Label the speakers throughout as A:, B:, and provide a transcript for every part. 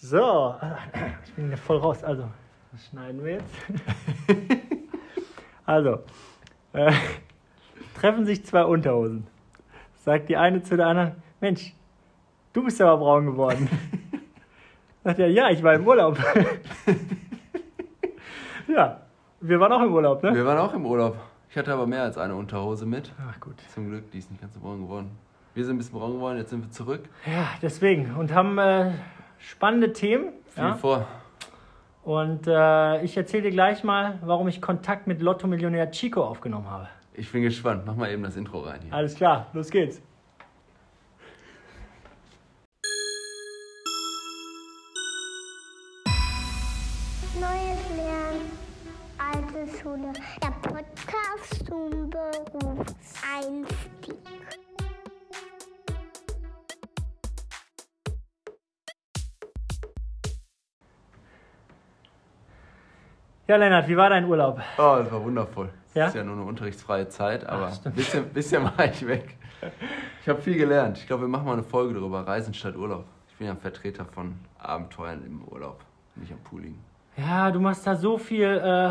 A: So, ich bin ja voll raus. Also, was schneiden wir jetzt? also, äh, treffen sich zwei Unterhosen. Sagt die eine zu der anderen, Mensch, du bist aber braun geworden. Sagt er, ja, ich war im Urlaub. ja, wir waren auch im Urlaub, ne?
B: Wir waren auch im Urlaub. Ich hatte aber mehr als eine Unterhose mit.
A: Ach gut.
B: Zum Glück, die ist nicht ganz so braun geworden. Wir sind ein bisschen braun geworden, jetzt sind wir zurück.
A: Ja, deswegen. Und haben äh, spannende Themen.
B: Viel
A: Ja?
B: vor.
A: Und äh, ich erzähle dir gleich mal, warum ich Kontakt mit Lotto-Millionär Chico aufgenommen habe.
B: Ich bin gespannt. Mach mal eben das Intro rein hier.
A: Alles klar, los geht's.
C: Neues Lernen, alte Schule, der Podcast zum Berufseinstieg.
A: Ja, Lennart, wie war dein Urlaub?
B: Oh, das war wundervoll. Es
A: Ja?
B: ist ja nur eine unterrichtsfreie Zeit, aber
A: stimmt.
B: ein bisschen, bisschen war ich weg. Ich habe viel gelernt. Ich glaube, wir machen mal eine Folge darüber. Reisen statt Urlaub. Ich bin ja ein Vertreter von Abenteuern im Urlaub, nicht am Pool liegen.
A: Ja, du machst da so viel, äh,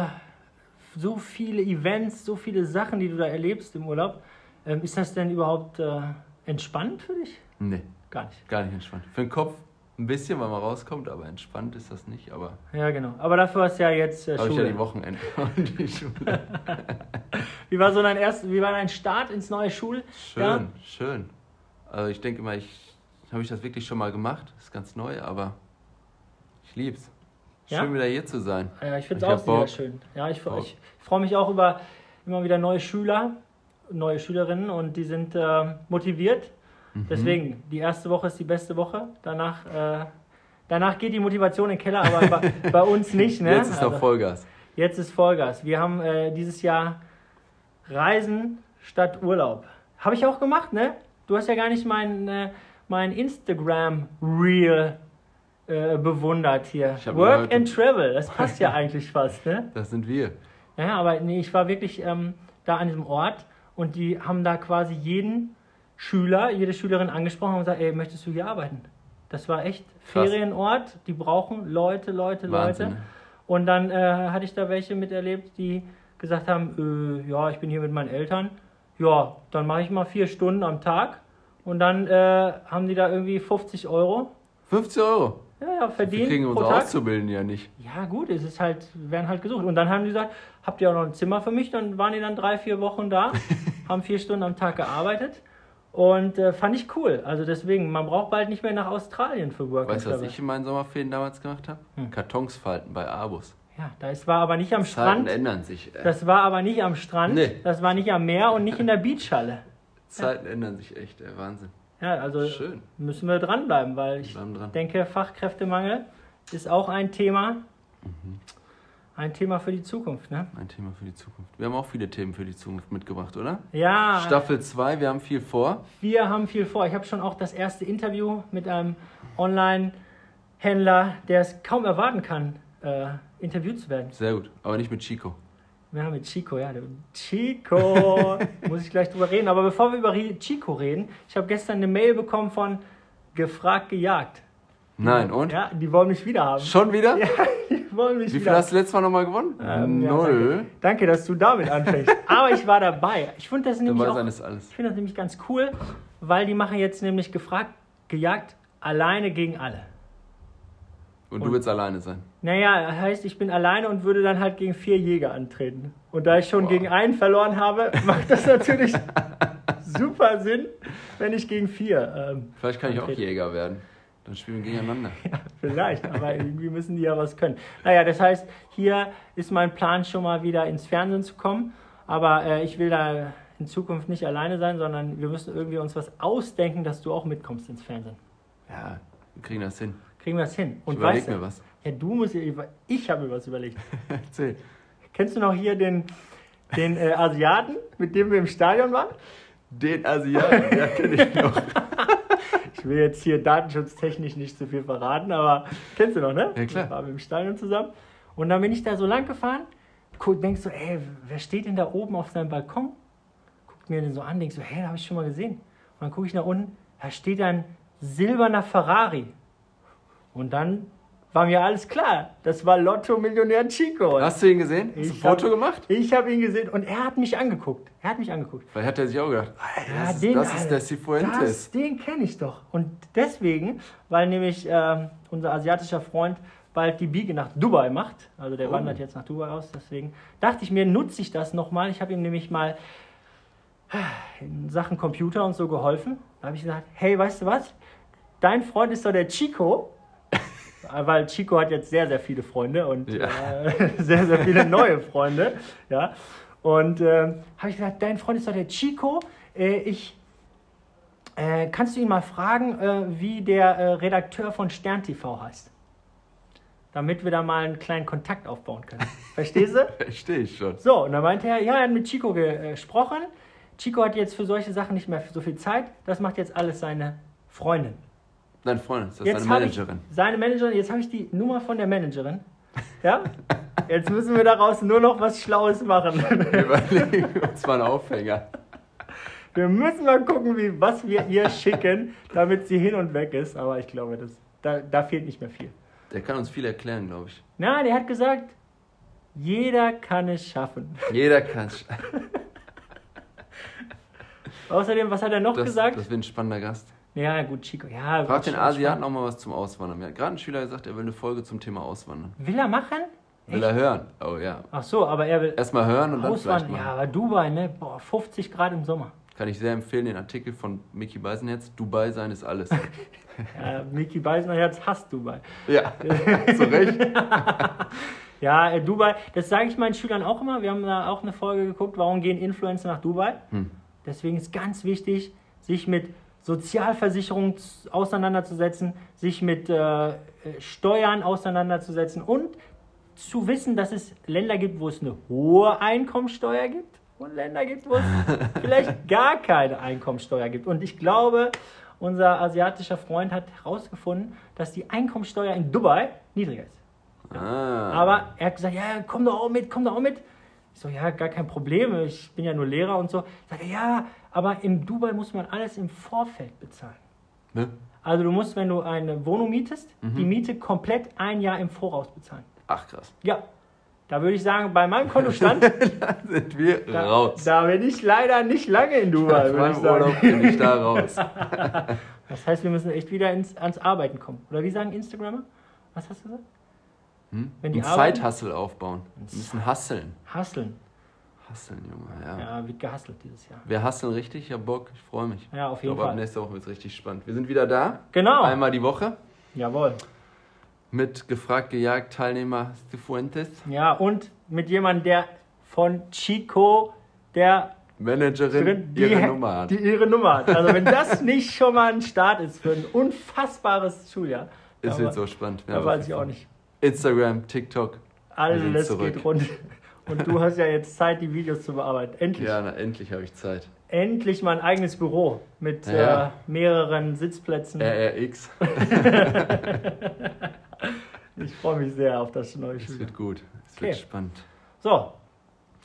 A: so viele Events, so viele Sachen, die du da erlebst im Urlaub. Ähm, ist das denn überhaupt äh, entspannt für dich?
B: Nee,
A: Gar nicht.
B: gar nicht entspannt. Für den Kopf ein bisschen, weil man rauskommt, aber entspannt ist das nicht. Aber
A: Ja, genau. Aber dafür hast du ja jetzt äh,
B: habe ich ja die
A: Schule.
B: Wochenende und die Schule.
A: wie war so dein erst, wie war dein Start ins neue Schul?
B: Schön, schön. Also ich denke immer, ich habe ich das wirklich schon mal gemacht. Ist ganz neu, aber ich lieb's.
A: Ja?
B: Schön wieder hier zu sein.
A: Ja, ich finde es
B: Ich
A: auch
B: hab
A: sehr
B: Bock.
A: schön. Ja, ich,
B: Bock.
A: ich, ich freue mich auch über immer wieder neue Schüler, neue Schülerinnen und die sind äh, motiviert.
B: Mhm.
A: Deswegen, die erste Woche ist die beste Woche. Danach, äh, danach geht die Motivation in den Keller, aber bei, bei uns nicht. Ne?
B: Jetzt ist
A: Also,
B: noch Vollgas.
A: jetzt ist Vollgas. Wir haben äh, dieses Jahr Reisen statt Urlaub. Habe ich auch gemacht, ne? Du hast ja gar nicht mein, äh, mein Instagram-Reel äh, bewundert hier.
B: Ich hab mir
A: Work
B: heute-
A: and Travel, das passt ja eigentlich fast, ne?
B: Das sind wir.
A: Ja, aber nee, ich war wirklich ähm, da an diesem Ort und die haben da quasi jeden Schüler, jede Schülerin angesprochen und gesagt, ey, möchtest du hier arbeiten? Das war echt
B: Krass.
A: Ferienort, die brauchen Leute, Leute,
B: Wahnsinn,
A: Leute.
B: ne?
A: Und dann äh, hatte ich da welche miterlebt, die gesagt haben, äh, ja, ich bin hier mit meinen Eltern, ja, dann mache ich mal vier Stunden am Tag und dann äh, haben die da irgendwie 50 Euro
B: 50 Euro.
A: ja, ja,
B: Wir
A: verdient
B: kriegen
A: pro
B: unsere
A: Tag.
B: Auszubildenden ja nicht.
A: Ja, gut, es ist halt, werden halt gesucht. Und dann haben die gesagt, habt ihr auch noch ein Zimmer für mich? Dann waren die dann drei, vier Wochen da, haben vier Stunden am Tag gearbeitet. Und äh, fand ich cool. Also deswegen, man braucht bald nicht mehr nach Australien für Work
B: Weißt du,
A: and
B: was
A: Travel.
B: ich in meinen Sommerferien damals gemacht habe?
A: Hm.
B: Kartons falten bei Abus.
A: Ja, da ist, war aber nicht am
B: Zeiten
A: Strand.
B: ändern sich. Äh,
A: Das war aber nicht am Strand,
B: halt Nee.
A: das war nicht am Meer und nicht in der Beachhalle.
B: Zeiten ändern sich echt. Äh, Wahnsinn.
A: Ja, also
B: Schön.
A: müssen wir dranbleiben, weil ich
B: Bleiben dran.
A: denke, Fachkräftemangel ist auch ein Thema.
B: Mhm.
A: Ein Thema für die Zukunft, ne?
B: Ein Thema für die Zukunft. Wir haben auch viele Themen für die Zukunft mitgebracht, oder?
A: Ah, Ja.
B: Staffel 2, wir haben viel vor.
A: Wir haben viel vor. Ich habe schon auch das erste Interview mit einem Online-Händler, der es kaum erwarten kann, äh, interviewt zu werden.
B: Sehr gut. Aber nicht mit Chico.
A: Wir haben mit Chico, ja. der- Chico! Muss ich gleich drüber reden. Aber bevor wir über Re- Chico reden, ich habe gestern eine Mail bekommen von Gefragt, gejagt.
B: Nein, und?
A: Ja, die wollen mich wieder haben.
B: Schon wieder?
A: Die wollen mich
B: Wie viel
A: wieder
B: hast du letztes Mal nochmal gewonnen?
A: haben. Ja,
B: Null.
A: danke. danke, dass du damit anfängst. Aber ich war dabei. Ich finde das nämlich
B: Dabei
A: auch
B: sein ist alles.
A: Ich finde das nämlich ganz cool, weil die machen jetzt nämlich gefragt, gejagt, alleine gegen alle.
B: Und du willst alleine sein.
A: Naja, heißt, ich bin alleine und würde dann halt gegen vier Jäger antreten. Und da ich schon gegen einen verloren habe, macht das natürlich super Sinn, wenn ich gegen vier. Ähm,
B: Vielleicht kann ich auch
A: antrete.
B: Jäger werden. Dann spielen wir gegeneinander.
A: Vielleicht, aber irgendwie müssen die ja was können. Naja, das heißt, hier ist mein Plan schon mal wieder ins Fernsehen zu kommen, aber äh, ich will da in Zukunft nicht alleine sein, sondern wir müssen irgendwie uns was ausdenken, dass du auch mitkommst ins Fernsehen.
B: Ja, wir kriegen das hin.
A: Kriegen wir das hin?
B: Ich
A: Und
B: überleg
A: weißt du-
B: mir was.
A: Ja, du musst ja über. Ich habe mir was überlegt.
B: Erzähl.
A: Kennst du noch hier den, den äh, Asiaten, mit dem wir im Stadion waren?
B: Den Asiaten, ja, kenn ich noch.
A: Ich will jetzt hier datenschutztechnisch nicht zu viel verraten, aber kennst du noch, ne?
B: Ja, klar.
A: Wir waren im Stadion zusammen. Und dann bin ich da so lang gefahren. Guck, denkst du, ey, wer steht denn da oben auf seinem Balkon? Guckt mir den so an, denkst du, hey, da habe ich schon mal gesehen. Und dann gucke ich nach unten, da steht ein silberner Ferrari. Und dann war mir alles klar. Das war Lotto-Millionär Chico.
B: Hast du ihn gesehen? Hast du ein
A: Ich
B: Foto
A: hab-
B: gemacht?
A: Ich habe ihn gesehen und er hat mich angeguckt. Er hat mich angeguckt.
B: Vielleicht hat er sich auch gedacht, Alter,
A: Ah, Ja,
B: das,
A: den,
B: ist, das ist
A: Alter.
B: der Cifuentes.
A: Das, den kenne ich doch. Und deswegen, weil nämlich ähm, unser asiatischer Freund bald die Biege nach Dubai macht, also der
B: Oh.
A: wandert jetzt nach Dubai aus, deswegen dachte ich mir, nutze ich das nochmal. Ich habe ihm nämlich mal in Sachen Computer und so geholfen. Da habe ich gesagt, hey, weißt du was? Dein Freund ist doch der Chico. Weil Chico hat jetzt sehr, sehr viele Freunde und
B: Ja.
A: äh, sehr, sehr viele neue Freunde. Ja. Und ähm, habe ich gesagt, dein Freund ist doch der Chico. Äh, ich äh, kannst du ihn mal fragen, äh, wie der äh, Redakteur von Stern TV heißt? Damit wir da mal einen kleinen Kontakt aufbauen können. Verstehst du?
B: Verstehe ich schon.
A: So, und dann meinte er, ja, er hat mit Chico ge- äh, gesprochen. Chico hat jetzt für solche Sachen nicht mehr so viel Zeit. Das macht jetzt alles seine Freundin.
B: Dein Freund, ist das
A: Jetzt
B: deine
A: hab
B: Managerin?
A: Ich seine Managerin, jetzt habe ich die Nummer von der Managerin. Ja? Jetzt müssen wir daraus nur noch was Schlaues machen.
B: Wir überlegen uns mal einen Aufhänger.
A: Wir müssen mal gucken, wie, was wir ihr schicken, damit sie hin und weg ist. Aber ich glaube, das, da, da fehlt nicht mehr viel.
B: Der kann uns viel erklären, glaube ich.
A: Na, der hat gesagt, jeder kann es schaffen.
B: Jeder kann es.
A: Außerdem, was hat er noch
B: Das,
A: gesagt?
B: das wird ein spannender Gast.
A: ja, gut, Chico. Ja,
B: Frag
A: gut,
B: den Asiaten auch mal was zum Auswandern. Mir hat gerade ein Schüler gesagt, er will eine Folge zum Thema Auswandern.
A: Will er machen?
B: Will er hören? Oh ja.
A: Ach so, aber er will
B: Erstmal hören und dann vielleicht
A: auswandern.
B: machen.
A: Ja, aber Dubai, ne? Boah, 50 Grad im Sommer.
B: Kann ich sehr empfehlen, den Artikel von Mickey Beisenherz. Dubai sein ist alles.
A: Ja, Mickey Beisenherz hasst Dubai.
B: ja, zu Recht.
A: Ja, äh, Dubai, das sage ich meinen Schülern auch immer. Wir haben da auch eine Folge geguckt, warum gehen Influencer nach Dubai? Deswegen ist ganz wichtig, sich mit Sozialversicherung z- auseinanderzusetzen, sich mit äh, äh, Steuern auseinanderzusetzen und zu wissen, dass es Länder gibt, wo es eine hohe Einkommensteuer gibt und Länder gibt, wo es vielleicht gar keine Einkommensteuer gibt. Und ich glaube, unser asiatischer Freund hat herausgefunden, dass die Einkommensteuer in Dubai niedriger ist.
B: Ah,
A: Aber er hat gesagt, ja, komm doch auch mit, komm doch auch mit. Ich so, ja, gar kein Problem, ich bin ja nur Lehrer und so. Sagt er, ja, aber in Dubai muss man alles im Vorfeld bezahlen.
B: ne?
A: Also du musst, wenn du eine Wohnung mietest,
B: Mhm.
A: die Miete komplett ein Jahr im Voraus bezahlen.
B: Ach krass.
A: Ja, da würde ich sagen, bei meinem Kontostand,
B: Da sind wir
A: da,
B: raus.
A: da bin ich leider nicht lange in Dubai, würde
B: Nach
A: ich
B: meinem
A: sagen.
B: Urlaub bin ich da raus.
A: Das heißt, wir müssen echt wieder ins, ans Arbeiten kommen. Oder wie sagen Instagrammer? Was hast du gesagt? Wenn die
B: Hm? Ein
A: arbeiten,
B: Zeithassel aufbauen. Wir müssen hasseln.
A: hasseln.
B: Hasseln, Junge, ja.
A: Ja, wird gehasselt dieses Jahr.
B: Wir hasseln richtig, ich hab Bock, ich freue mich.
A: Ja, auf jeden
B: Aber
A: Fall.
B: nächste Woche wird es richtig spannend. Wir sind wieder da.
A: Genau.
B: Einmal die Woche
A: Jawohl.
B: mit gefragt, gejagt Teilnehmer Fuentes,
A: Ja, und mit jemandem, der von Chico, der
B: Managerin,
A: die,
B: ihre Nummer hat.
A: Die ihre Nummer hat. Also wenn das nicht schon mal ein Start ist für ein unfassbares Schuljahr.
B: Es
A: da
B: wird
A: wa-
B: so spannend. Ja,
A: Da
B: aber
A: weiß ich auch nicht.
B: Instagram, TikTok. Wir
A: Alles
B: sind zurück.
A: geht rund. Und du hast ja jetzt Zeit, die Videos zu bearbeiten. Endlich.
B: Ja, na, endlich habe ich Zeit.
A: Endlich mal ein eigenes Büro mit
B: Ja.
A: äh, mehreren Sitzplätzen.
B: RRX,
A: Ich freue mich sehr auf das neue
B: es
A: Schuljahr.
B: wird gut. Es
A: Okay.
B: wird spannend.
A: So,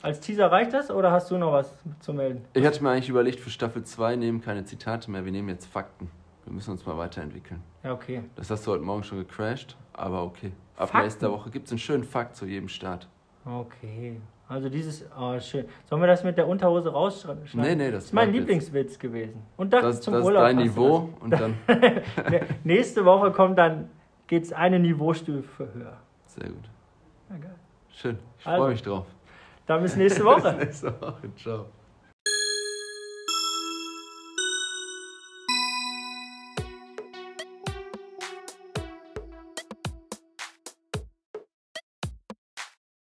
A: als Teaser reicht das oder hast du noch was zu melden?
B: Ich hatte mir eigentlich überlegt, für Staffel 2 nehmen keine Zitate mehr, wir nehmen jetzt Fakten. Wir müssen uns mal weiterentwickeln.
A: Ja, okay.
B: Das hast du heute Morgen schon gecrashed, aber okay. Ab
A: Fakten?
B: nächster Woche gibt es einen schönen Fakt zu jedem Start.
A: Okay. Also dieses, oh schön. Sollen wir das mit der Unterhose rausschneiden?
B: Nee, nee, das
A: ist mein
B: bleibt
A: Lieblingswitz gewesen. Und das,
B: Das,
A: zum
B: das ist
A: Urlaub
B: dein
A: passt
B: Niveau und dann.
A: das. Nee, Nächste Woche kommt dann, geht's eine Niveaustufe höher.
B: Sehr gut.
A: Na geil.
B: Schön. Ich
A: Also.
B: freue mich drauf.
A: Dann bis nächste Woche.
B: Nächste Woche. Ciao.